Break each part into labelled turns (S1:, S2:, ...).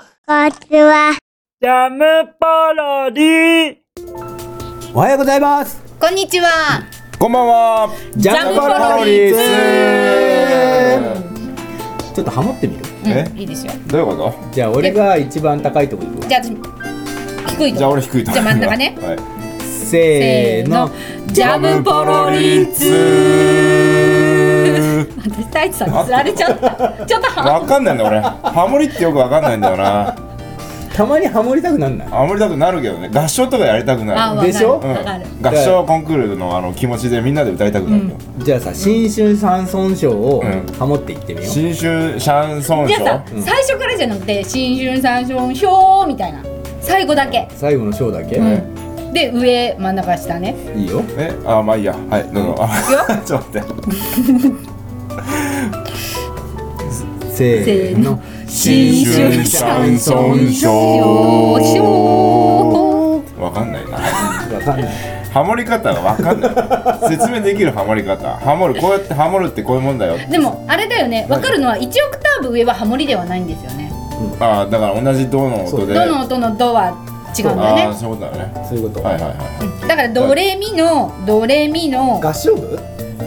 S1: ちは。
S2: ジャムパロディ
S3: おはようございます
S4: こんにちは。
S5: こんばんは。
S3: ジ
S4: ャムパロ
S5: リ
S3: リ
S5: ーズ
S3: ちょっとハモってみる
S5: え
S4: うん、いいですよ。
S5: どういうこ
S3: じゃあ俺が一番高いとこ行くわ
S4: じゃあ私低い
S5: と？
S4: と。
S5: じゃあ俺低いと
S4: じゃあ真ん中ね。
S5: はい。
S3: せーの
S4: ジャムポロリン
S5: ツ。
S4: 私太一さんに釣られちゃ った。ちょっとは。
S5: わかんないんだ俺。ハモリってよくわかんないんだよな。
S3: たまにハモりたくなんない
S5: ハモりたくなるけどね。合唱とかやりたくな
S4: あわ
S5: る。
S4: かる
S3: でしょ
S5: うん
S4: わかる。
S5: 合唱コンクールのあの気持ちでみんなで歌いたくなるよ。
S3: じゃあさ新春三尊賞を
S5: うん
S3: ハモっていってみよう
S5: 新春シャンソン
S4: じ
S5: シ
S4: ゃあさ
S5: ョ、
S4: 最初からじゃなくて新春三春ひょーみたいな。最後だけ。
S3: 最後の賞だけ
S4: で上真ん中下ね。
S3: いいよ
S5: え、あ、まあいいや。はい、どうぞ。あ ちょっと待って。
S3: せーの
S4: 新
S5: 春三尊賞
S4: ひょー
S5: わかんないな。
S3: わかんない
S5: ハモり方がわか んない。説明できるハモり方。ハモる、こうやってハモるってこういうもんだよ。
S4: でもあれだよね。わかるのは一オクターブ上はハモリではないんですよね。
S5: ああ、だから同じドの音で。
S4: どの音のドは違うんだ
S5: あ
S4: よ
S5: あ、
S4: ね。
S5: そういうことだね。
S3: そういうこと
S5: はいはいは
S4: だからドレミのドレミの
S3: 合唱部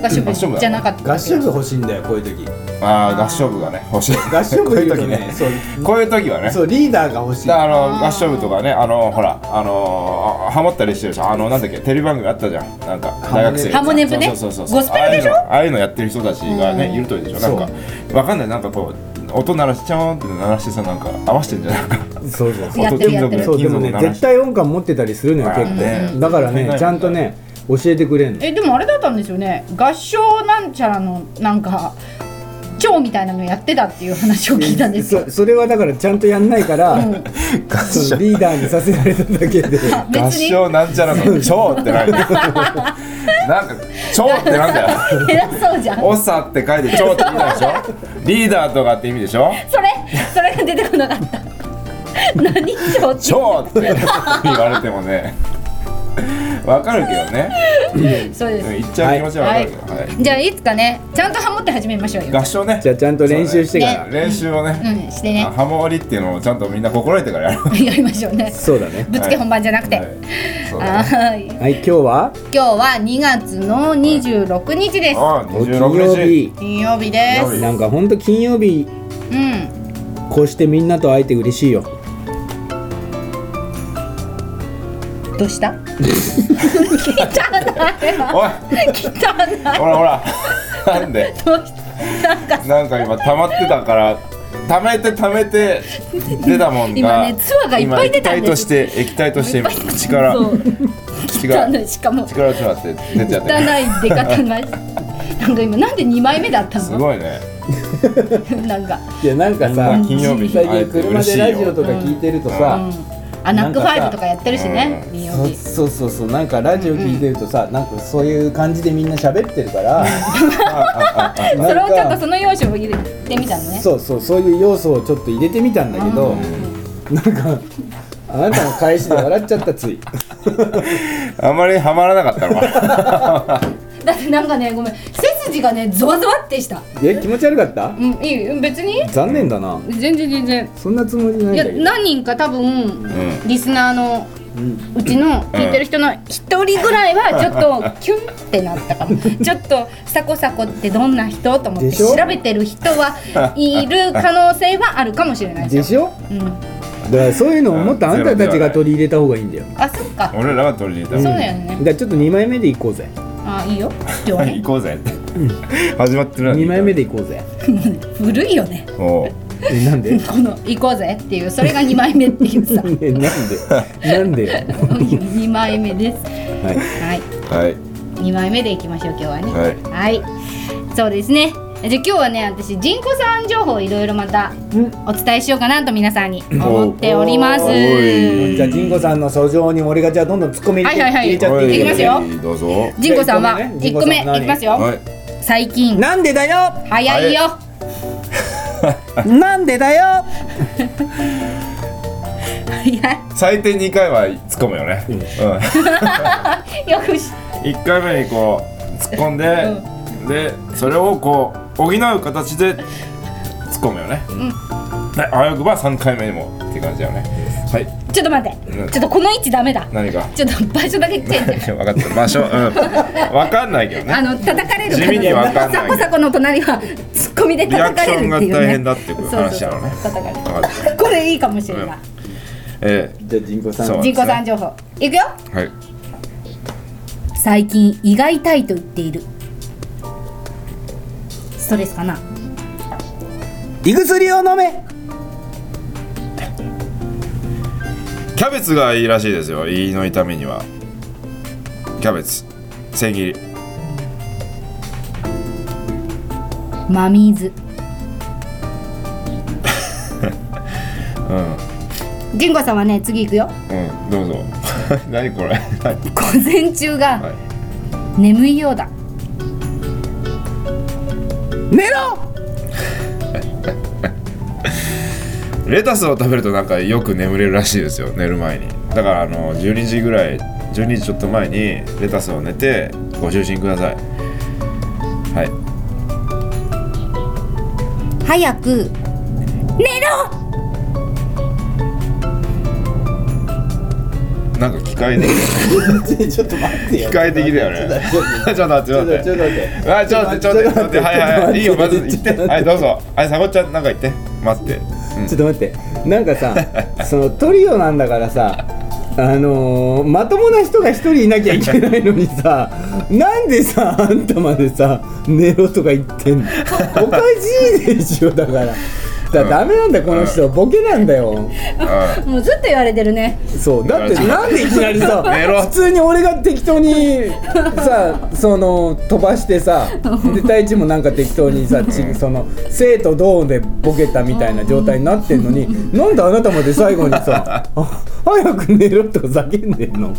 S4: 合唱部じゃなかった。
S3: 合唱部欲しいんだよこういう時
S5: い。ああ、合唱部がね、欲しい。
S3: 合唱部
S5: こうい
S3: いうると
S5: 時
S3: ね
S5: ね。
S3: そう
S5: こういう時はね。
S3: そうリーダーが欲しい
S5: だからあの
S4: あー
S5: 合唱部とかね、あのほら、あのハモったりしてる人、あのなんだっけ、テレビ番組あったじゃん、なんか
S3: モネ
S5: 大学生
S4: ハモネプね
S5: そうそうそうそう
S4: ゴスペルでしょ
S5: ああいうのああいうのやってる人たちがね、いるといいでしょ、なんかわかんない、なんかこう音鳴らしちゃおうって鳴らしてさ、なんか合わせてんじゃないか。
S3: そうそう
S4: やってるやってる
S3: そうでもね絶対音感持ってたりするのよ
S5: あ
S3: 結
S5: ね
S3: 構だからねちゃんとね教えてくれんの
S4: えでもあれだったんですよね合唱なんちゃらのなんか蝶みたいなのやってたっていう話を聞いたんですよ
S3: そそれはだからちゃんとやんないから、そのリーダーにさせられただ けで
S5: 合
S4: 別に
S5: 唱なんちゃらの超ってないなんか超ってなんだよ。
S4: 偉そうじゃん
S5: おさって書いて超って意味でしょ。リーダーとかって意味でしょ。
S4: それそれが出てこなかった何蝶って
S5: 超って言われてもね。わかるけどね。
S4: そうで
S5: うん
S4: す
S5: 言っちゃう気持ちはわかるけど。はい
S4: じゃあいつかねちゃんとハモって始めましょうよ
S5: 合唱ね。
S3: じゃあちゃんと練習してから
S5: そうね練習を
S4: う
S5: ね。
S4: んしてね
S5: ハモ割りっていうのをちゃんとみんな心得てからやる。
S4: やりましょうね
S3: そうだね
S4: ぶっつけ本番じゃなくて、
S5: はいそうだ
S4: は
S5: ね
S4: ーい
S3: はい今日は
S4: 今日は2月の26日です、
S5: ああ、
S3: お金
S5: 二十
S3: 曜
S5: 六日。
S3: 日
S4: 金曜日で
S5: 金曜日
S4: す
S3: なんかほんと金曜日
S4: うん
S3: こうしてみんなと会えて嬉しいよ
S4: どうした 汚 いわ
S5: おい、
S4: 汚い
S5: ほらほら。なんで。
S4: どうしたなんか
S5: なんか今溜まってたから溜めて溜めて出たもんが
S4: 今ねツアーがいっぱい出たんです
S5: 今液体として
S4: いっ
S5: 液
S4: ぱい
S5: 体として力
S4: そう
S5: 力
S4: 汚いしかも汚
S5: 力を使って出ちゃってる
S4: い出方がなんか今なんで2枚目だった
S5: す
S4: の
S5: ごいね
S4: なんか、
S3: いやなんか
S5: みん
S3: さ
S5: な金曜日に
S3: 最
S5: 会え
S3: 近
S5: て
S3: 車
S5: 嬉し
S3: で
S5: い
S3: ラジオ
S5: よ
S3: とか聞いてると
S4: う
S3: さ
S4: ん、アナックフ
S3: なんか
S4: ァイ
S3: さ
S4: ブとかやってるしね
S5: う
S4: 金曜
S3: そ
S4: 日
S3: そうそうそうなんかラジオ聞いてるとさ、なんかそういう感じでみんな喋ってるから
S4: それをちょっと
S3: そ
S4: その要素を入れてみたのね
S3: そうそうそういう要素をちょっと入れてみたんだけど、なんかあなたの返しで笑っちゃった つい
S5: あんまりハマらなかったの
S4: だってなんかねごめん背筋がねゾワゾワってした
S3: え気持ち悪かっ
S4: う
S3: た
S4: んいいよ別に
S3: 残念だな
S4: 全然全然
S3: そんなつもりないん
S4: い
S3: だ
S4: や
S3: けど
S4: 何人か多分、
S5: ん
S4: リスナーの
S3: ん
S4: うちの聞いてる人の一人ぐらいはちょっとキュンってなったかもちょっとサコサコってどんな人と思って
S3: でしょ
S4: 調べてる人はいる可能性はあるかもしれない
S3: で
S4: ょ、
S3: しょ
S4: うん、
S3: だからそういうのをもっとあんたたちが取り入れた方がいいんだよ
S4: あそっか
S5: 俺らが取りに行
S4: そう
S5: っ
S4: だよ
S3: だ
S4: ね
S3: からちょっと2枚目でいこうぜ
S4: あいいよ今
S5: た
S4: 日ね
S5: の行こうぜって始まってるのに
S3: 2枚目でいこうぜ
S4: 古いよね
S5: おう
S3: えな んでね
S4: この「行こうぜ」っていうそれが2枚目っていう さ
S3: なんでなんでよ
S4: 2枚目です
S3: はい
S4: はい
S5: はい
S4: 2枚目でいきましょう今日はね
S5: はい
S4: はい、そうですね。じゃあ今日はね、私人コさん情報をいろいろまたお伝えしようかなと皆さんに思っております。
S5: おい
S3: じゃあジンコさんの訴状に俺がじゃあどんどん突っ込み入れて
S4: はいはいはい
S3: 入れちゃっていい
S4: きますよ
S5: はいどうぞ
S4: 人コさんは
S3: じゃ
S4: 1
S3: あ一個
S4: 個目
S3: 目ね
S4: いきます
S5: は
S4: よ。
S5: い
S4: 最近
S3: なんでだよ
S4: 早いよ。
S3: なんでだよ
S4: 早い。
S5: 最低2回は突っ込むよね
S3: ん
S5: うん
S4: よくし。
S5: 1回目にこう突っ込んで、でそれをこう補う形で突っ込むよね、はいあわよくば3回目にもっていう感じだよねはい
S4: ちょっと待って、
S5: うん
S4: ちょっとこの位置ダメだ
S5: 何が
S4: ちょっと場所だけチェンジ
S5: 分かった場所うん分かんないけど
S4: あ
S5: ね
S4: の叩かれる
S5: 地味にわかんない
S4: サコサコの隣はツッコミで
S5: リア
S4: 叩か
S5: クシ
S4: れる
S5: ョ
S4: っ
S5: ンが
S4: ていうね
S5: 大変だっていう話だろうね
S4: そうそうそう叩か
S5: 分かった
S4: れるこれいいかもしれない、
S5: え
S3: じゃあ人工さん
S5: そう
S4: 人口さん情報いくよ
S5: えはい
S4: 最近胃が痛いと言っているストレスかな
S3: 胃薬を飲め
S5: キャベツがいいらしいですよ胃の痛みにはキャベツ千切り
S4: 真水
S5: うん
S4: 人口さんはね次いくよ
S5: うんどうぞ 何これ はい
S4: 午前中
S5: は
S4: が眠いようだ、
S3: 寝ろ
S5: レタスを食べるとなんかよく眠れるらしいですよ寝る前にだからあの12時ぐらい12時ちょっと前にレタスを寝てご就寝くださいはい
S4: 早く寝ろ
S5: なんか機械 的
S3: ちょっと待ってよ
S5: 機械的だよねちょっと待っ
S3: ちょっと
S5: て
S3: 待
S5: ち
S3: っ
S5: ょっと待って
S3: て
S5: あちょっと待ってちょっと待ってはいはいはいいいよまず行ってはいどうぞはいサボちゃんなんか言って待ってうん
S3: ちょっと待ってなんか さそのトリオなんだからさあのー、まともな人が一人いなきゃいけないのに さなんでさあんたまでさ寝ろとか言って んのおかしいでしょだからだダメなんだこの人ボケなんだよ
S5: うん
S4: もうずっと言われてるね
S3: そうだってなんでいきなり さ
S5: 寝ろ
S3: 普通に俺が適当にさその飛ばしてさ で太一もなんか適当にさちその生と同でボケたみたいな状態になってんの になんであなたまで最後に さ「あ早く寝ろ」とか叫んでんの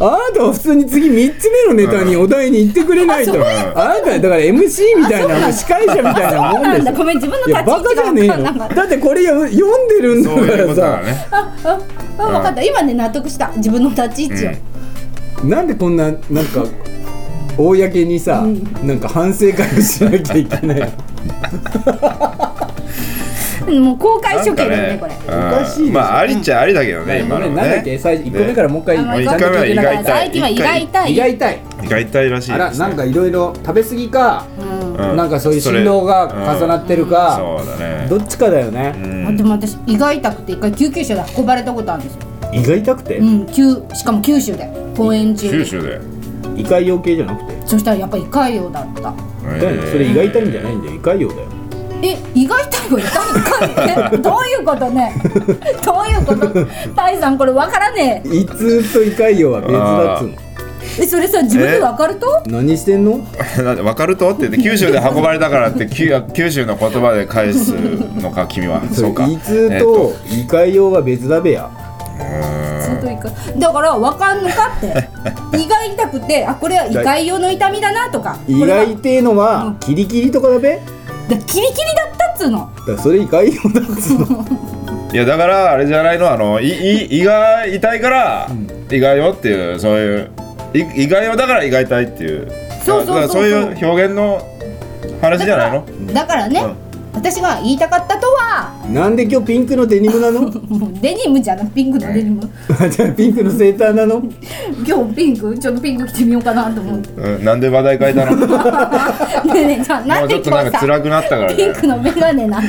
S3: あなたは普通に次3つ目のネタにお題に行ってくれないと、あなたはだから MC みたいなもう司会者みたいなもん
S4: な
S3: で
S4: ん
S3: す
S4: だ
S3: よ
S4: ごめん自分の
S3: いや
S4: 立
S3: バカ
S4: ち
S3: じ
S4: 位
S3: ゃね
S4: 置
S3: え
S4: が分かんなか
S3: の
S4: った
S3: だってこれ読んでるん
S5: そうい
S3: だか
S5: うこ
S3: ら
S5: とだ
S3: さ
S5: ね。
S4: ああ分かった今ね納得した自分の立ち位置を、
S3: なんでこんななんか公にさ、なんか反省会をしなきゃいけないの
S4: もう公開処刑だよね
S5: なん
S4: これ
S5: うん
S3: かしいでしょ
S5: まあありっちゃありだけどね、
S3: ご
S5: 今
S3: め
S5: の
S3: ん
S5: ね。
S3: なんだっけ最初1個目からもう一回
S4: あもう
S5: 一
S3: ちゃん
S5: 回
S3: と
S5: 目は胃
S3: 聞いてな
S5: が
S3: かっ
S5: 痛い
S4: 最近は胃が痛
S3: た
S4: い
S3: 胃が痛い
S5: 胃が痛いらしい
S3: あ
S5: で
S3: ら
S5: すね。
S3: なんかいろいろ食べ過ぎか、
S4: うん
S5: うん
S3: なんかそういう振動が重なってる
S5: そ
S3: か、
S5: れそうだね。
S3: どっちかだよね、
S4: あでも私胃が痛くて一回救急車で運ばれたことあるんですよ、
S3: 胃が痛くて、
S4: うん、急しかも九州で公演中
S5: 九
S4: に
S5: 州で。
S3: 胃潰瘍系じゃなくて、
S4: そしたらやっぱ胃潰瘍だった
S3: だよねそれ 胃が痛いんじゃないんだよ胃潰瘍だよ
S4: え胃が痛いは痛いんかいね どういうことねどういうことタイさんこれわからね
S3: 胃痛と胃潰瘍は別だっつうの
S4: ええそれさ自分でわかると
S3: 何してんの
S5: えーなんでわかるとって言って九州で運ばれたからって 九九州の言葉で返すのか君は。
S3: そ
S5: そ
S3: れ
S5: うか。
S3: 胃痛
S5: えー
S3: と胃潰瘍は別だべや、
S4: ずっと胃かだからわかんのかって 胃が痛くてあこれは胃潰瘍の痛みだなとか
S3: 胃
S4: これ
S3: が
S4: は
S3: 痛いのはキリキリとかだべ
S4: だキリキリだったっつうの
S3: だからそれ以外用だっつうの
S5: いやだからあれじゃないのあの胃胃胃が痛いから胃がよっていうそういう胃胃がよだから胃が痛いっていう。
S4: そうそうそうそう
S5: だからいう表現の話じゃないの？
S4: だからね、
S5: うん
S4: 私が言いたかったとは
S3: なんで今日ピンクのデニムなの
S4: もうデニムじゃなくピンクのデニム
S3: あじゃあピンクのセーターなの
S4: 今日ピンクちょっとピンク着てみようかなと思って
S5: うん、なんで話題変えたの？
S4: ねえねえじゃあ な
S5: も
S4: ん
S5: うち
S4: で
S5: ょっと
S4: 今
S5: な
S4: 日
S5: んか
S4: さ
S5: 辛くなったから
S4: ピン
S5: ね
S4: クのメガネなの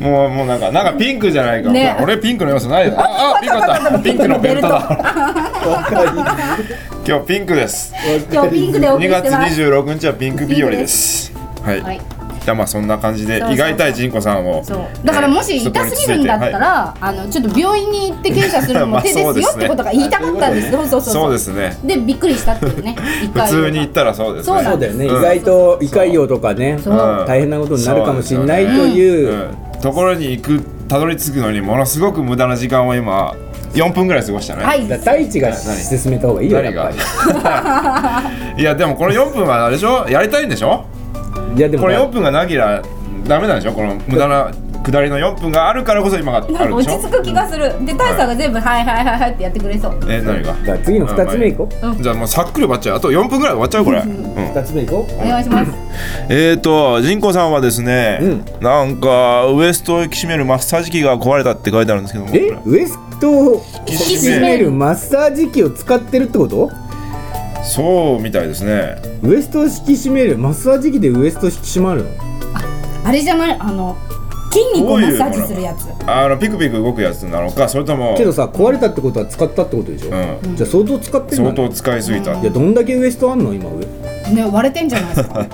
S5: もうもうなんかなんかピンクじゃないか、
S4: ね
S5: 俺ピンクの要素ないよああピンクだったピンクのベルトだ
S3: わかり
S5: 今日ピンクです
S4: 今日ピンクで お送
S5: 2
S4: りして
S5: 月
S4: ます
S5: 26日はピンク日和ですはい、
S4: はい
S5: じゃあまあそんな感じで
S4: そうそう
S5: 胃が痛いジンコさんを
S4: そうだからもし痛すぎるんだったら、あのちょっと病院に行って検査するの
S5: ま
S4: も
S5: あ
S4: 手ですよ
S5: そうです
S4: っ
S5: ね
S4: てことが言いたかったんですそうそうそう
S5: そうですね
S4: でびっくりしたっていうね一
S5: 普
S4: 回
S5: 通に言ったらそうですね
S4: そう
S3: そうだよね、
S5: うん
S3: 意外と胃潰瘍とかね
S4: そう
S3: 大変なことになるかもしれないという
S5: うんところに行くたどり着くのにものすごく無駄な時間を今4分ぐらい過ごしたね、
S4: は
S3: だから
S4: い
S3: 太一が進めた方がいいよや
S5: 誰
S3: っぱ
S5: が
S3: り
S5: いやでもこの4分はあれでしょやりたいんでしょ
S3: いやでも
S5: これ4分がなきゃダメなんでしょこの無駄な下りの4分があるからこそ今があ
S4: なん
S5: る
S4: か
S5: で
S4: 落
S5: しょ
S4: ち着く気がするで大佐が全部「はいはいはいはい」ってやってくれそう
S5: え何が
S3: じゃあ次の2つ目いこう
S5: うんじゃあもうさっくり終わっちゃうあと4分ぐらい終わっちゃうこれ、うん
S3: 2つ目いこう
S4: お願いします
S5: えーと仁子さんはですね、なんかウエストを引き締めるマッサージ機が壊れたって書いてあるんですけども
S3: え
S5: こ
S3: ウエストを
S5: 引
S3: 引
S5: き
S3: き
S5: 締
S3: 締
S5: め
S3: めるマッサージ機を使ってるってこと
S5: れそうみたいですね
S3: ウエストを引き締めるマッサージ機でウエスト引き締まるの
S4: あれじゃないあの筋肉をマッサージするやつ
S5: あのピクピク動くやつなのかそれとも
S3: けどさ壊れたってことは使ったってことでしょ、
S5: う
S3: じゃあ相当使ってん
S5: 相
S3: の
S5: 当使いすぎた、
S3: いやどんだけウエストあんの今上
S4: ね割れてんじゃないですか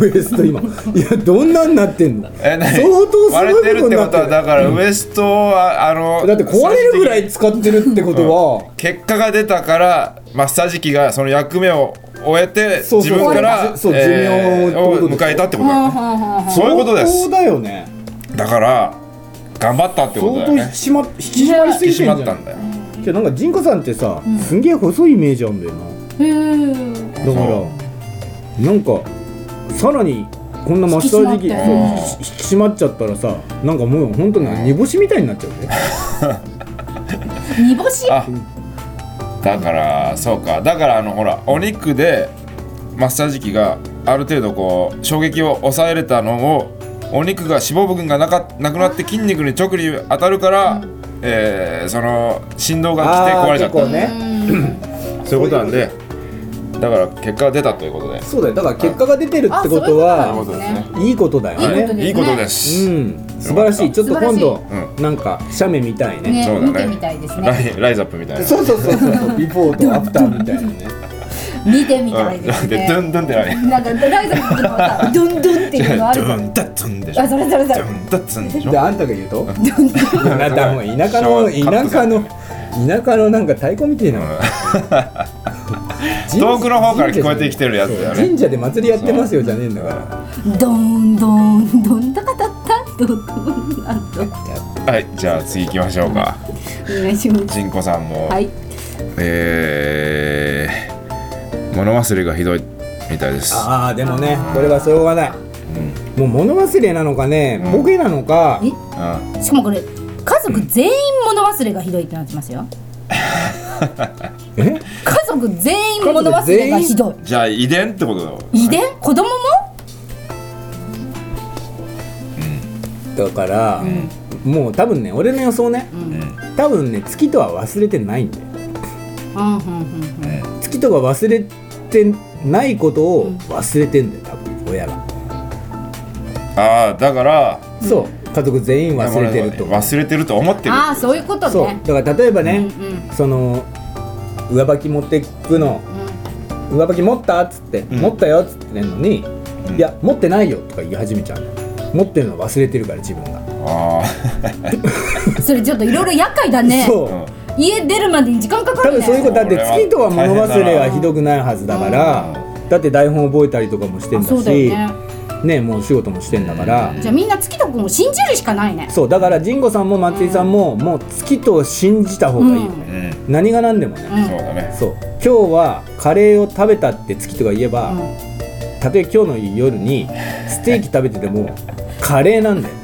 S3: ウエスト今いやどんなんなってんの
S5: え何
S3: 相当すごいこ
S5: 割れ
S3: と
S5: てるっ
S3: に
S5: て
S3: な
S5: こ
S3: って
S5: とは
S3: る
S5: だからウエストはあの
S3: だって壊れるぐらい使ってるってことは、
S5: 結果が出たからマッサージ機がその役目を終えて
S3: そう
S5: 自
S3: そう
S5: 分から
S3: そう
S5: えー
S3: 寿命を
S5: を迎えたってこと
S4: ほ
S5: だ
S4: ん
S5: ね
S4: ほんほんほん
S5: そういうことで
S3: 相
S5: す
S3: 当だよね
S5: だから頑張ったってこと
S3: 相
S5: だ
S3: 当
S5: よ
S3: 引き
S5: ね
S3: 締ま引き締まりす
S5: 引
S3: ぎ
S5: き
S3: て
S5: 締
S3: ん
S5: まっ
S3: じゃ
S5: た
S3: ん
S5: んだよ
S3: けどなんか仁子さんってさ、すんげえ細いイメージあんだよな
S4: へー
S3: だからなんかさらにこんなマッサージ機
S4: 引き締
S3: そう
S4: ま
S5: って
S3: 引き引き締まっちゃったらさなんかもう本当に煮干しみたいになっちゃうね
S4: 煮干し
S5: あだからそうかだからあのほらお肉でマッサージ機がある程度こう衝撃を抑えれたのをお肉が脂肪部分がなかなくなって筋肉に直に当たるから、えーその振動が来て壊れちゃった
S3: あー結構ね
S5: そういうことなんでだから結果が出たということで
S3: そうだよだから結果が出てるって
S4: あそう
S3: こと
S4: いうこと
S3: は
S4: なんですね
S3: いいことだよ
S4: いいこと
S3: ね
S4: で
S5: いいことです、
S3: うん素晴らしいちょっと今度
S5: 晴らし
S3: なんか写メみたいね
S4: ね
S5: そうだね
S4: 見てみたいです
S5: ラ
S4: ね
S5: イライズアップみたいな
S3: そうそうそうそうビフォーとアフターみたいなね
S4: 見てみ
S5: うん
S4: たいです
S5: で
S4: ね
S5: ドゥンドゥンってない
S4: なんかライザの時もさドゥンドゥンっていうのあ
S5: ド
S4: るじゃ
S5: ゥ
S4: ん
S5: ンダッツンでしょ
S4: あそれそれそ
S5: ド
S4: れ
S5: ゥンダッツンでしょ
S3: であんたが言うとあなたもう田舎の
S5: 昭和カット
S3: 田舎の田舎のなんか太鼓みたいな
S5: 遠くの方から聞こえてきてるやつだよね
S3: 神社で祭りやってますよじゃねえんだから
S4: ドンドンドンタカタッタドンドンあドン
S5: はいじゃあ次行きましょうか
S4: お願いします
S5: 仁子さんも、
S4: はい
S5: えー、物忘れがひどいみたいです
S3: ああでもねこれはしょうがない、もう物忘れなのかねボケなのか、
S4: え
S5: うん
S4: しかもこれ家族全員物忘れがひどいってなってますよ
S3: え
S4: 家族全員物忘れがひど
S5: じゃあ遺伝ってことだろ
S4: い遺伝子供も
S3: だから、もう多分ね俺の予想ね、多分ね月とは忘れてないんだよ
S4: うんうんうん
S3: 月とか忘れてないことを忘れてんだよ多分親が、
S5: ああだから
S3: そう家族全員忘れてると
S5: 忘れてると思ってる
S4: ああそういうこと
S3: そう
S4: ね
S3: だから例えば
S4: うんう
S3: ね、
S4: ん
S3: その上履き持ってくの、上履き持ったっつって、
S5: ん
S3: 持ったよっつってんのに、いや持ってないよとか言い始めちゃうの持ってるの忘れてるから自分が、
S5: あ
S4: それちょっといろいろ厄介だね
S3: そう、
S5: うん
S4: 家出るまでに時間かか
S3: 多
S4: る
S3: 分
S4: ね
S3: そういうことだって
S5: これは
S3: 月とは物忘れはひどくないはずだから、だって台本覚えたりとかもしてん
S4: あ
S3: だ
S4: そうだ
S3: し
S4: よね
S3: ねもうお仕事もしてんだから、
S4: じゃあみんな月と君を信じるしかないね
S3: そうだから仁吾さんも松井さんも、もう月と信じた方がいいよ
S5: あ
S3: ね、
S5: うん
S3: 何が何でもね、
S5: そうだね
S3: そう今日はカレーを食べたって月とか言えば、
S4: ん
S3: たとえ今日の夜にステーキ食べててもカレーなんだよ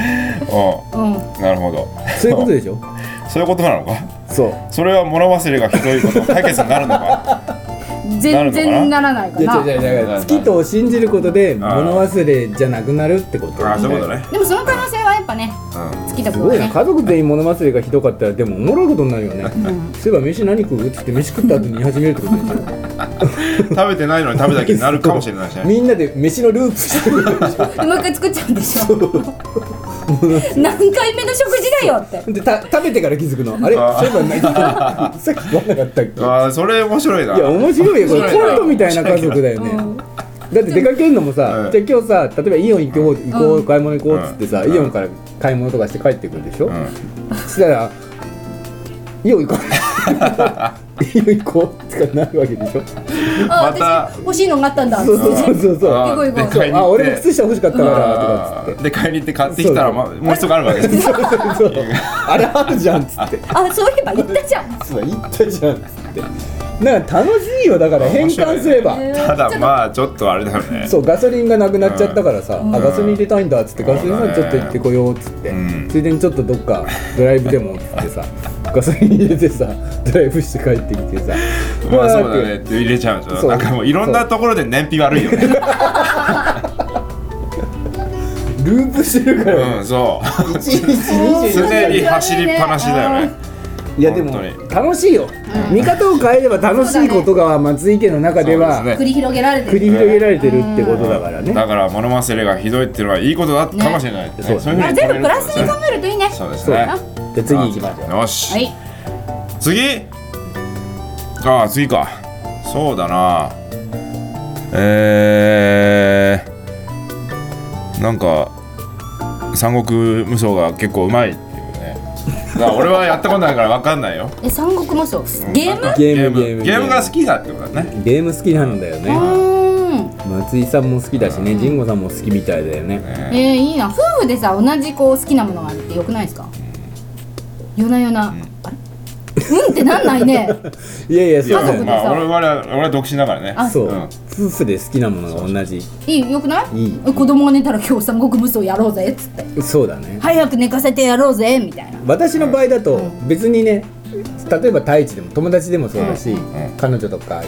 S5: う
S4: うん
S5: んなるほど
S3: そういうことでしょ
S5: そういうことなのか
S3: そう
S5: それは物忘れがひどいこと解決になるのか
S4: 全然ならないか
S3: じゃ
S4: な
S3: じゃ
S4: で
S3: じゃ月とを信じることで
S5: あー
S3: 物忘れじゃなくなるってこと
S5: ね
S4: もその可能性はやっぱね月と
S3: す
S4: 君は
S3: ごいな
S4: ね
S3: 家族全員物忘れがひどかったらでもおもろいことになるよね、そういえば飯何食うって言って飯食った後に言い始めるってことでしょ
S5: 食べてないのに食べた 気になるかもしれないしね
S3: みんなで飯のループしてるでし
S4: でもう一回作っちゃうんでしょ何回目の食事だよって
S3: ょでた食べてから気づくのあれ
S5: あー
S3: そういえば何 さっき食わなかったっけ
S5: ああそれ面白いない
S3: や面白いよこ
S5: 面
S3: れ
S5: 白いな
S3: コントみたいな家族だよね、だって出かけるのもさ、
S5: うん
S3: じゃあ今日さ例えばイオン行こう行こう、買い物行こうっつってさ、
S5: うん
S3: イオンから買い物とかして帰ってくるでしょ、
S5: うん
S3: そしたら「イオン行こう」 イオン行こうってかなるわけでしょ
S4: あ
S5: また
S4: 私欲しいのがあったんだ
S3: そうそうそうそうそう
S5: あ
S3: あ
S5: ー
S4: 行こう行こう
S5: で買いに行って
S3: 俺も靴下欲しかったからと
S5: あ
S3: かっつ
S5: ー
S3: って
S5: で買いに行って買ってきたら
S3: そう
S5: まもう一つある わけです
S3: そうそうそうあれあるじゃんっつって
S4: あそういえば言ったじゃん
S3: そう行ったじゃんっつってなんか楽しいよだから変
S5: 面白いね
S3: 換すれば、
S4: えー
S5: ただまあちょっとあれだよね
S3: そうガソリンがなくなっちゃったからさ、
S5: ん
S3: あガソリン入れたいんだっつってガソリン
S5: そうだ
S3: さ
S5: ね
S3: ちょっと行ってこようっつって、
S5: うん
S3: ついでにちょっとどっかドライブでもっつってさガソリン入れてさ ドライブして帰ってきてさ
S5: まあそう
S3: わー
S5: だ
S3: って
S5: ねって入れちゃうんで
S3: そ
S5: す
S3: う
S5: よなんかもういろんなところで燃費悪いよね
S3: ループしてるから、
S5: うんそう
S3: 一日二十
S5: 常に走りっぱなしだよね
S3: いやでも
S5: 本当に
S3: 楽しいよ、見方を変えれば楽しいことが松井家の中では
S5: そうですね
S4: 繰り広げられて
S3: 繰
S4: る
S3: り広げられてるってことだからね
S5: だから物忘れがひどいっていうのはいいことだかもしれないってね
S3: ね
S5: そういうふう
S4: あ
S5: に
S4: 全部プラスに考えるといいね
S5: そうです
S3: そう
S5: ね
S3: じゃあ次行きましょう
S5: よし、
S4: はい
S5: 次ああ次かそうだなえー、なんか三国無双が結構うまいっていうねだから俺はやったことないから分かんないよ
S4: え三国無双ゲーム
S3: ゲームゲーム
S5: ゲームが好きだってことだね
S3: ゲーム好きなんだよね、
S4: うん
S3: 松井さんも好きだしね、慎吾さんも好きみたいだよね。
S4: えー、いいな夫婦でさ同じこう好きなものがあるってよくないですか夜な夜な、あれうんってなんない ね
S3: いやいや、
S5: い
S3: そ
S5: や
S3: う
S4: 家族でさ
S5: まあ俺は俺は独身だからね
S4: あ
S3: そう、
S5: うん
S3: 夫婦で好きなものが同じ。
S4: いいよくない
S3: いい
S4: え子供が寝たら今日三国無双やろうぜっつって
S3: そうだね。
S4: 早く寝かせてやろうぜみたいな
S3: 私の場合だと、別にね、例えば太一でも友達でもそうだし、
S5: ん
S3: 彼女とか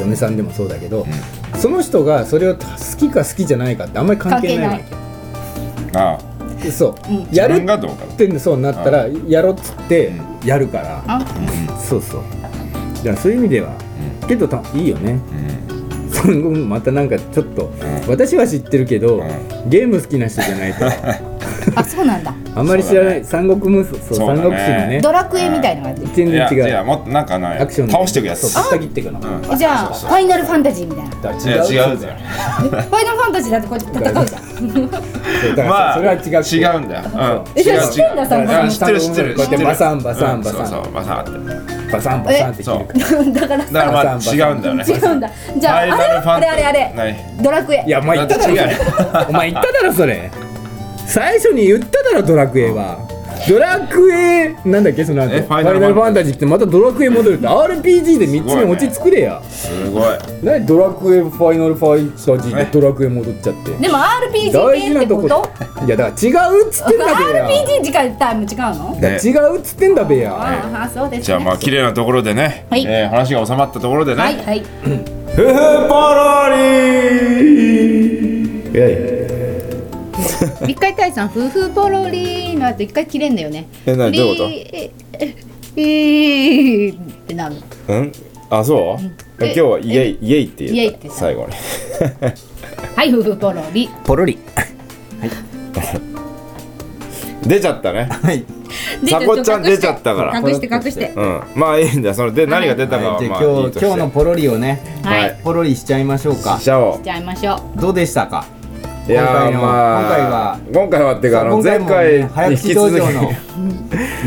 S3: 嫁さんでもそうだけど、その人がそれを好きか好きじゃないかってあんまり関係ないわ
S5: ああ
S3: け。そう、
S4: うん
S3: やる
S5: 自分
S3: っ
S5: がどうかな
S3: てそうなったら、やろうっつってやるから。
S4: あ
S3: そうそう。じゃあそういう意味では、けどたいいよね。三国またなんかちょっと、私は知ってるけど、
S5: う
S3: ゲーム好きな人じゃ ないと
S4: あそうなんだ
S3: あんまり知らない、三国無双そう
S5: そうだ
S3: 三
S5: ね
S3: 国志のね
S4: ドラクエみたいなのがやってる
S3: 全
S5: い
S3: 然
S5: やい
S3: 違
S5: や
S3: う
S5: もっとなんかない
S3: アクション
S5: 倒していくやつ
S3: そう下切っていくの、
S5: うん
S4: えじゃあ
S5: そうそう
S4: ファイナルファンタジーみたいな
S3: だから
S5: いや
S3: 違う
S5: 違うじゃん
S4: えファイナルファンタジーだってこうやって戦うじゃん
S3: そうだから
S5: まあ
S3: それは違う
S5: 違うんだよ。うん、
S4: え
S5: 違う
S4: 知ってんだ
S5: 違う
S4: サンバ
S5: あ知ってる知ってる。
S3: こうやって
S5: 知ってる
S3: バサンバサン
S5: うん
S3: バサン
S5: そうそうバサンって。
S3: バサンバサンって切るか
S4: だから
S3: ら
S4: さ
S5: だからまあ
S3: バサン
S5: 違
S3: バサン
S5: うんだよね。
S4: 違うんだじゃああれ
S5: ファイナルファ
S4: はあ
S5: ン
S4: れ
S5: タ
S4: あれあれドラクエ
S3: いやお前言っただろ
S5: だって違う
S3: それお前言っただろそれ最初に言っただろドラクエはドラクエなんだっけその後
S5: え
S3: フ
S5: フ
S3: ァ
S5: ァ
S3: イ
S5: イ
S3: ナ
S5: ナ
S3: ル
S5: ル
S3: フ
S5: ファンタジ
S3: ァンタジ
S5: ー
S3: ーってまたドラクエ戻るって RPG で3つ目
S5: すごいね
S3: 落ち作れや
S5: すごい。
S3: 何でドラクエファイナルファンタジーってドラクエ戻っちゃって
S4: でも RPG
S3: 大事
S4: 系っ
S3: な
S4: て
S3: と
S4: こ
S3: こといやだから違うっつってんだべや
S4: RPG 時間タイム違うの
S3: だから違うっつってんだべや
S4: ああそうですね
S5: じゃあまあ綺麗なところでね、
S4: はい
S5: えー話が収まったところで
S4: はい
S5: ね。
S4: はい
S5: ふふパロリー。
S4: 一回解散夫婦ポロリーの後一回切れんだよね
S5: えなにどういうこと
S4: リーえええってなる
S5: うん。あそう。
S4: え今日はイエ
S5: イイエイって
S4: 言えたイエイって言った最
S5: 後に。
S4: はい夫婦ポロリ
S3: ポロリ
S5: 出ちゃったね。
S3: はい
S5: サコちゃん出ちゃったから
S4: 隠して隠して
S5: うん。まあいいんだよ。それで何が出たかは
S3: じ
S5: ま
S3: ゃ
S5: あ
S3: あ
S5: い
S3: 今
S5: い
S3: 日
S5: として。
S3: 今日のポロリをね
S4: はい
S5: は
S3: ポロリしちゃいましょうか
S5: シャオ
S4: じ。ゃあやりましょう
S3: どうでしたか
S5: いやー
S3: 今回の
S5: まあ
S3: 今回は
S5: 今回はっていうかあの
S3: 今回
S5: 前
S3: も
S5: 回
S3: ね早
S5: に
S3: 口道場の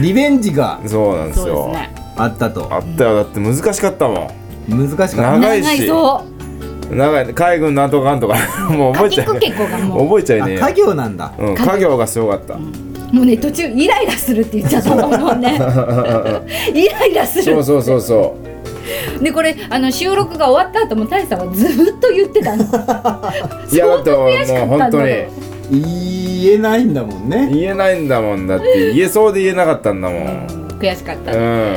S3: リベンジが
S5: そうなんです
S4: そう
S5: よ
S4: ですね
S3: あったと
S5: あったよだって難しかったも
S3: 難しかった
S5: な長いし
S4: そ
S5: ん長い海軍なんとかなんとか もう覚えちゃい
S4: あ結構結構がもう
S5: 覚えちゃい
S3: あ
S5: ねえ
S3: 家業なんだ
S5: うん、家業がすごかった、
S4: もうね途中イライラするって言っちゃったと思う ねイライラす
S5: そう
S4: る
S5: そうそうそ
S4: でこれあの収録が終わった後も大志さんはずーっと言ってたの
S5: ういやだってもう
S4: しかったんだろう
S5: 本当に
S3: 言えないんだもんね
S5: 言えないんだもんだって言えそうで言えなかったんだもん
S4: 悔しかった、
S5: うん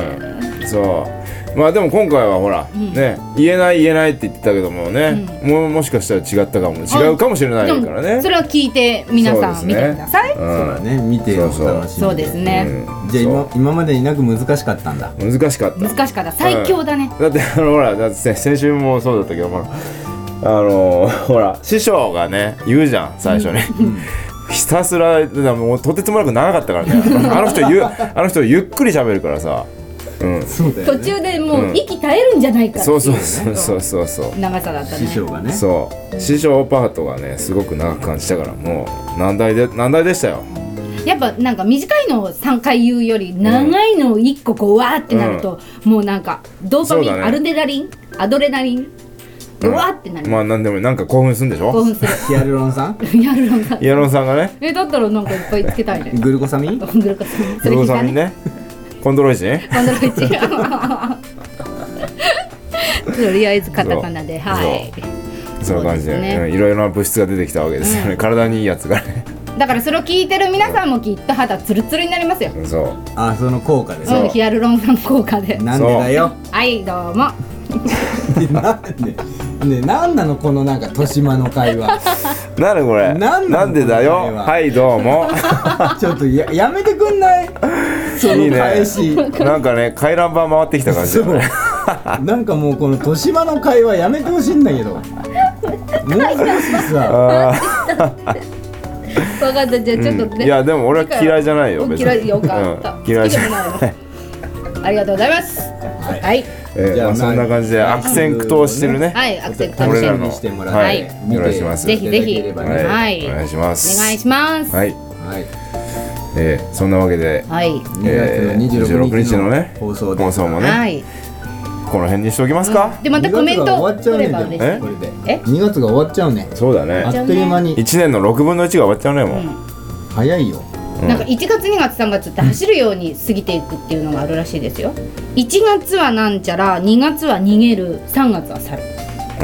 S5: そうまあでも今回はほら、ね言えない言えないって言ってたけどもね、もうもしかしたら違ったかも違うかもしれないから
S4: で
S5: ね
S4: もそれは聞いて皆さん見てください
S5: うん
S3: そうだね見てよ
S5: そうそう
S3: 楽しん
S4: そうですね、
S5: うん
S3: じゃあ
S5: そう
S3: 今今までになく難しかったんだ
S5: 難しかった
S4: 難しかった最強だね、
S5: だってあのほらだってせ先週もそうだったけどほらあのほら師匠がね言うじゃん最初に。ひたすらだからもうとてつもなく長かったからねあの人ゆあの人ゆっくり喋るからさ、うん、
S3: そうだ
S4: 途
S3: よね
S4: 中でも
S5: う
S4: うん息絶えるんじゃないかってい
S5: そうそうそうそうそうそう
S4: 長さだったね
S3: 師匠がね
S5: そう師匠パートがねすごく長く感じたからもう難題で難題でしたよ
S4: やっぱなんか短いのを3回言うより長いのを1個こうわーってなると、もうなんかドーパミン、
S5: そうだね
S4: アルデナリンアドレナリンで
S5: うん
S4: わーってなる、
S5: まあなんでもなんか興奮するんでし
S4: 興
S5: ょ
S4: 奮する
S3: ヒアルロン酸
S4: やる のが
S5: イエロンさんがね
S4: えだったらなんかいっぱいつけたいね
S3: グルコサミン
S4: グルコさん
S5: 不動産にねコントロイジン
S4: コンドロイチ とりあえずカタカナで
S5: そう
S4: はい
S5: そんな感じで
S4: そうですね
S5: うんいろいろな物質が出てきたわけですよね、体にいいやつがね
S4: だからそれを聞いてる皆さんもきっと肌ツルツルになりますよ
S5: そう
S3: あその効果で
S5: そう
S4: うんヒアルロン酸効果で
S3: なんでだよ
S4: はいどうも
S3: なんでねなんなのこのなんか豊島の会話
S5: なるこれ
S3: なんなの
S5: なんでだ
S3: こ
S5: よ
S3: れは
S5: はいどう も
S3: ちょっとややめてくんないそ
S5: いい
S3: の
S5: ね
S3: 返し
S5: なんかね回覧板回ってきた感じ
S3: そ
S5: だ
S3: う
S5: ね
S3: なんかもうこの豊島の会話やめてほしいんだけどもう少しさ
S5: あ
S4: 分かったじゃあちょっと
S5: ー、うん
S4: ね
S5: いやでも俺は嫌いじゃないよ別に
S4: 嫌いよかった、
S5: うん、嫌いじゃ
S4: 好き
S5: な
S4: で
S5: い、
S4: もないわありがとうございますはいはい、
S5: えー
S3: じゃあ
S5: まあ、そんな感じで
S3: まあ
S5: 悪戦苦闘してるね、
S4: アクセント
S5: こ
S4: 楽
S5: れ
S4: し
S5: ら
S4: み
S5: の
S4: に
S3: 楽しみにしてもらって
S5: はい
S3: 見て
S5: お願いします
S4: ぜひぜひ
S3: いただければ
S5: は
S3: ね
S5: い、
S4: はい
S5: お願いします
S4: お願いします
S5: はい、
S3: はい
S5: えー、そんなわけで、
S4: はい、
S5: えー
S3: 2月の26日の
S5: ね
S3: 放送で
S5: 放送もね、
S4: はい
S5: この辺にしておきますか、
S4: でまたコメント
S3: 2月が終わっちゃう
S4: 取
S3: ね
S4: れば
S3: ん
S4: 嬉
S3: で
S4: し
S5: え
S4: い
S3: もこれで
S4: え
S3: 2月が終わっちゃうね
S5: そうだ
S3: あ
S5: ね
S3: っという間に
S5: 1年の6分の1が終わっちゃうねもう、
S3: 早いよ
S4: なんか1月2月3月って走るように過ぎていくっていうのがあるらしいですよ1月はなんちゃら2月は逃げる3月は去る
S5: う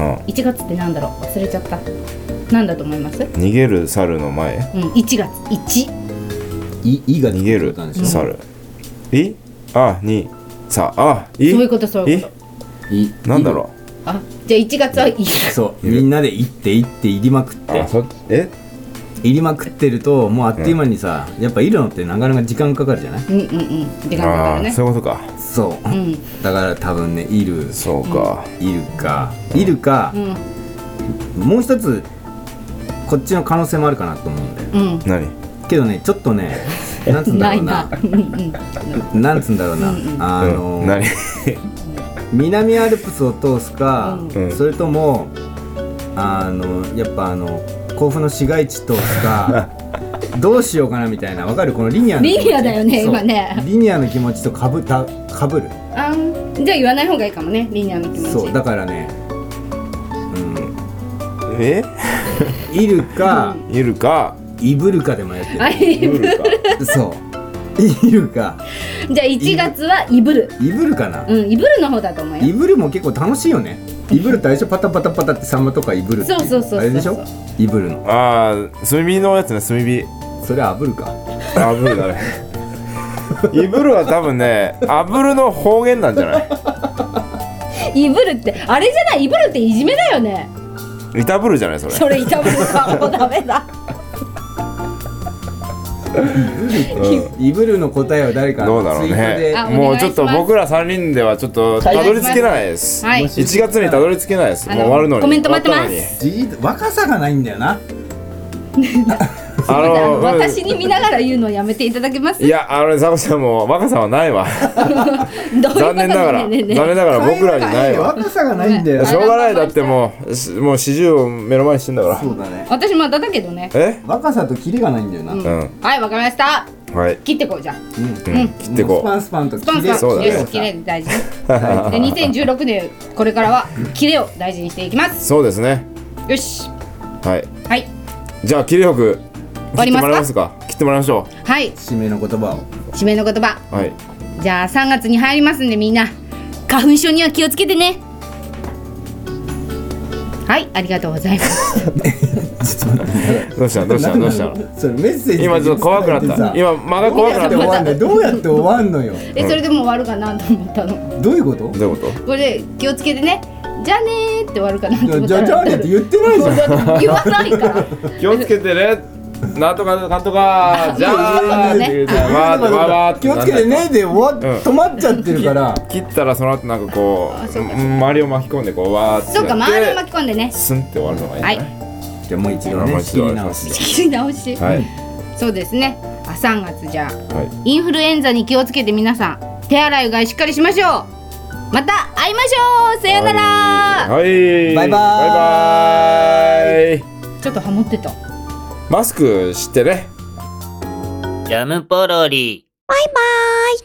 S5: ん
S4: 1月ってなんだろう忘れちゃったなんだと思いますうん
S5: 逃げる猿の前
S4: 1月1
S3: いいが
S5: 逃げる猿いあにさあい
S4: そういうことそういうこと
S3: い
S5: なんだろ
S4: あじゃあ1月はいいう
S3: そうみんなで行って行って入りまくっ
S5: う
S3: て
S5: あそえ
S3: 入りまくってるともうあっという間にさ、やっぱいるのってなかなか時間かかるじゃない
S4: うんうんうん時間かか
S5: あ
S4: るね
S5: そういうことか
S3: そう、
S4: うん
S3: だから多分ねいる
S5: そうか、
S3: いるかいるか
S4: う、ん
S3: もう一つこっちの可能性もあるかなと思うんだよ
S4: うん
S5: 何
S3: けどねちょっとねなんつうんだ
S4: な
S3: ろ
S4: いうな。う
S3: な
S4: んうん
S3: なんつうんだろうな、あの、
S5: うん、何
S3: 南アルプスを通すか、
S5: うん
S3: それともあのやっぱあの甲府の市街地通 すかどうしようかなみたいなわかるこのリニアの気持ち
S4: リニアだよね
S3: そう
S4: 今ね
S3: リニアの気持ちとかぶたかぶる
S4: あんじゃあ言わない方がいいかもねリニアの気持ち
S3: そうだからねうん
S5: え
S3: いるか
S5: いるか
S3: いぶるかでもやって
S4: あ
S5: い
S4: い
S5: るか
S3: るそういるか
S4: じゃあ1月はいぶる
S3: いぶるかな
S4: うんいぶるの方だと思う
S3: い
S4: よ
S3: ぶるも結構楽しいよねいぶるとあれでしょパタパタパタってサンマとかいぶるってい
S4: そうそうそうそうそう
S3: あれでしょいぶるの
S5: あー炭火のやつね炭火
S3: それあぶるか
S5: あぶるだねいぶるは多分ねあぶるの方言なんじゃない
S4: いぶるってあれじゃないいぶるっていじめだよね
S5: いたぶるじゃないそれ
S4: それいたぶるかもうダメだ
S3: いぶるの答えは誰か
S5: どうだろ
S3: ツ
S5: う
S3: イートで
S5: ね
S4: あお
S5: もう
S4: 願いし
S5: ち
S4: ま
S5: ょっ
S4: す
S5: と僕ら3人ではちょっとたどり着けないです
S4: はい
S5: 1月にたどり着けないですも
S4: あ
S5: う
S4: の
S5: 終わるのに
S4: コメント待ってます
S5: 終わっ
S3: じー若さがないんだよな
S5: たのにあのうん
S4: 私に見ながら言うのやめていただけます
S5: いやあのザコさんも若さはないわ
S4: どういうこと
S5: 残念ながら残
S4: ねえねえねえ
S5: 念ながら僕らにないわ
S3: 若さがないんだよ
S5: しょうがないだってもうしもう四十を目の前にしてんだから
S3: そうだね
S4: 私まだだけどね
S5: え
S3: 若さとキリがないんだよな、
S4: う
S3: うんん
S5: ん
S4: はいわかりました
S5: はい
S4: 切ってこうじゃん
S5: うん切って
S3: もうス
S5: こ
S3: パンスパンと
S4: スパンス
S3: キ
S4: パ
S3: レ
S4: ン
S5: そうだね
S4: 切れを切れる大事ねで2016年これからは切れを大事にしていきま
S5: う
S4: す
S5: そうですね
S4: よし
S5: はい
S4: はい
S5: じゃあ切りよく
S4: 終わり
S5: 切っ
S4: ますか
S5: てもらえますか切ってもらいましょ
S4: はい
S3: 締めの言葉を
S4: 締めの言葉
S5: うはい
S4: じゃあ3月に入りますんでみんな花粉症には気をつけてねはいありがとうございます
S5: どうしたどうしたどうした
S3: それメッセージ
S5: 今ちょっと怖くなった今間が怖くな
S3: ど
S5: っ
S3: うやって終わ
S5: た
S3: んのよどうやって終わんのよ
S4: えそれでもう終わるかなと思ったの
S3: どういうこと
S5: どういうこと
S4: これで気をつけてねじゃあねーって終わるかなと
S3: じゃ
S4: 思っ
S3: あじ
S4: た
S3: ゃ
S4: ら
S3: あじゃあねって言ってないじゃん
S4: 言わない から
S5: 気をつけてねなんとかなんとか じゃあ
S4: そうね
S5: わーってわーわーって
S3: 気をつけてねで終わ
S5: うん
S3: っ止まっちゃってるから
S5: 切ったらその後なんかこ
S4: あ
S5: う
S4: そうか
S5: うん周りを巻き込んでこうわーって
S4: そうか
S5: やって
S4: 周りを巻き込んでね
S5: スンって終わるのがいいんじゃ
S4: は
S5: ない
S4: い
S3: じゃあもう一度
S5: もう
S3: ね
S5: 一
S3: 切
S5: 度お
S3: り
S5: 願いしま
S3: 直
S5: す
S3: す
S4: 仕切り直し、
S5: はい
S4: そうですねあ3月じゃあ
S5: は
S4: インフルエンザに気をつけて皆さん手洗いうがいしっかりしましょうまた会いましょうさよなら、
S5: いはい
S3: バイバーイ
S5: バイバイ
S4: ちょっとハモってた
S5: マスクしてね
S2: ジャムポロリ。
S1: バイバイ